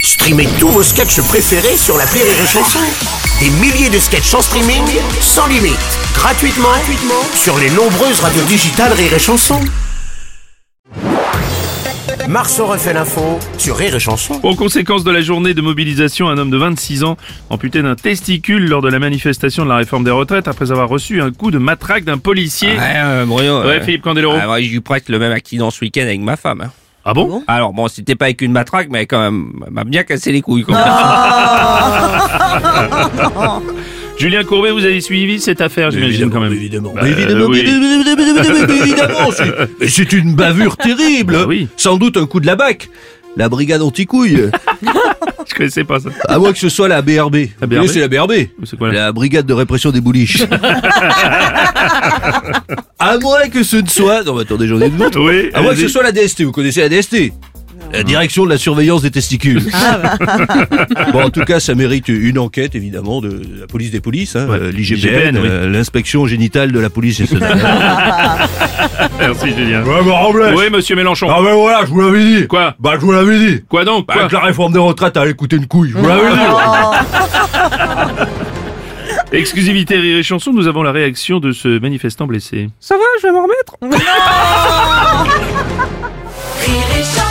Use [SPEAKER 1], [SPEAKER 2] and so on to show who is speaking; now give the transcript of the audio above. [SPEAKER 1] Streamez tous vos sketchs préférés sur la Rire et Chanson. Des milliers de sketchs en streaming, sans limite, gratuitement, gratuitement sur les nombreuses radios digitales Rire et Chanson. Marceau refait l'info sur Rire et Chanson.
[SPEAKER 2] En conséquence de la journée de mobilisation, un homme de 26 ans, amputé d'un testicule lors de la manifestation de la réforme des retraites, après avoir reçu un coup de matraque d'un policier.
[SPEAKER 3] Ouais, euh, Bruno.
[SPEAKER 2] Ouais,
[SPEAKER 3] euh,
[SPEAKER 2] Philippe Candeloro.
[SPEAKER 3] ah, ouais, j'ai eu presque le même accident ce week-end avec ma femme. hein.
[SPEAKER 2] Ah bon
[SPEAKER 3] Alors bon, c'était pas avec une matraque, mais quand même, elle m'a bien cassé les couilles. Quand même.
[SPEAKER 2] Ah, Julien Courbet, vous avez suivi cette affaire, j'imagine quand même.
[SPEAKER 4] Évidemment.
[SPEAKER 2] Bah,
[SPEAKER 4] Mais évidemment,
[SPEAKER 2] euh, oui.
[SPEAKER 4] mais évidemment, mais évidemment, mais évidemment, c'est- mais c'est une bavure terrible.
[SPEAKER 2] Bah oui.
[SPEAKER 4] Sans doute un coup de la BAC. La brigade anti-couille.
[SPEAKER 2] Je connaissais pas ça.
[SPEAKER 4] À moins que ce soit la BRB.
[SPEAKER 2] La
[SPEAKER 4] Vous voyez,
[SPEAKER 2] BRB?
[SPEAKER 4] C'est la BRB.
[SPEAKER 2] C'est quoi, là
[SPEAKER 4] La brigade de répression des bouliches. à moins que ce ne soit. Non, mais attendez, j'en ai une autre.
[SPEAKER 2] Oui.
[SPEAKER 4] À moins Ah que
[SPEAKER 2] allez-y.
[SPEAKER 4] ce soit la DST. Vous connaissez la DST La direction de la surveillance des testicules. bon, en tout cas, ça mérite une enquête, évidemment, de de la police des polices, hein,
[SPEAKER 2] Ouais.
[SPEAKER 4] euh,
[SPEAKER 2] l'IGPN,
[SPEAKER 4] l'IGPN,
[SPEAKER 2] oui.
[SPEAKER 4] euh, l'inspection génitale de la police nationale.
[SPEAKER 2] Merci Julien.
[SPEAKER 4] Ouais, mais Robles
[SPEAKER 2] Oui, monsieur Mélenchon.
[SPEAKER 4] Ah ben voilà, je vous l'avais dit
[SPEAKER 2] Quoi
[SPEAKER 4] Bah je vous l'avais dit
[SPEAKER 2] Quoi donc
[SPEAKER 4] Bah
[SPEAKER 2] Quoi
[SPEAKER 4] que la réforme des retraites allait coûter une couille, je vous l'avais dit
[SPEAKER 2] Exclusivité Rire et Chanson, nous avons la réaction de ce manifestant blessé.
[SPEAKER 3] Ça va, je vais m'en remettre.
[SPEAKER 5] Rire et chanson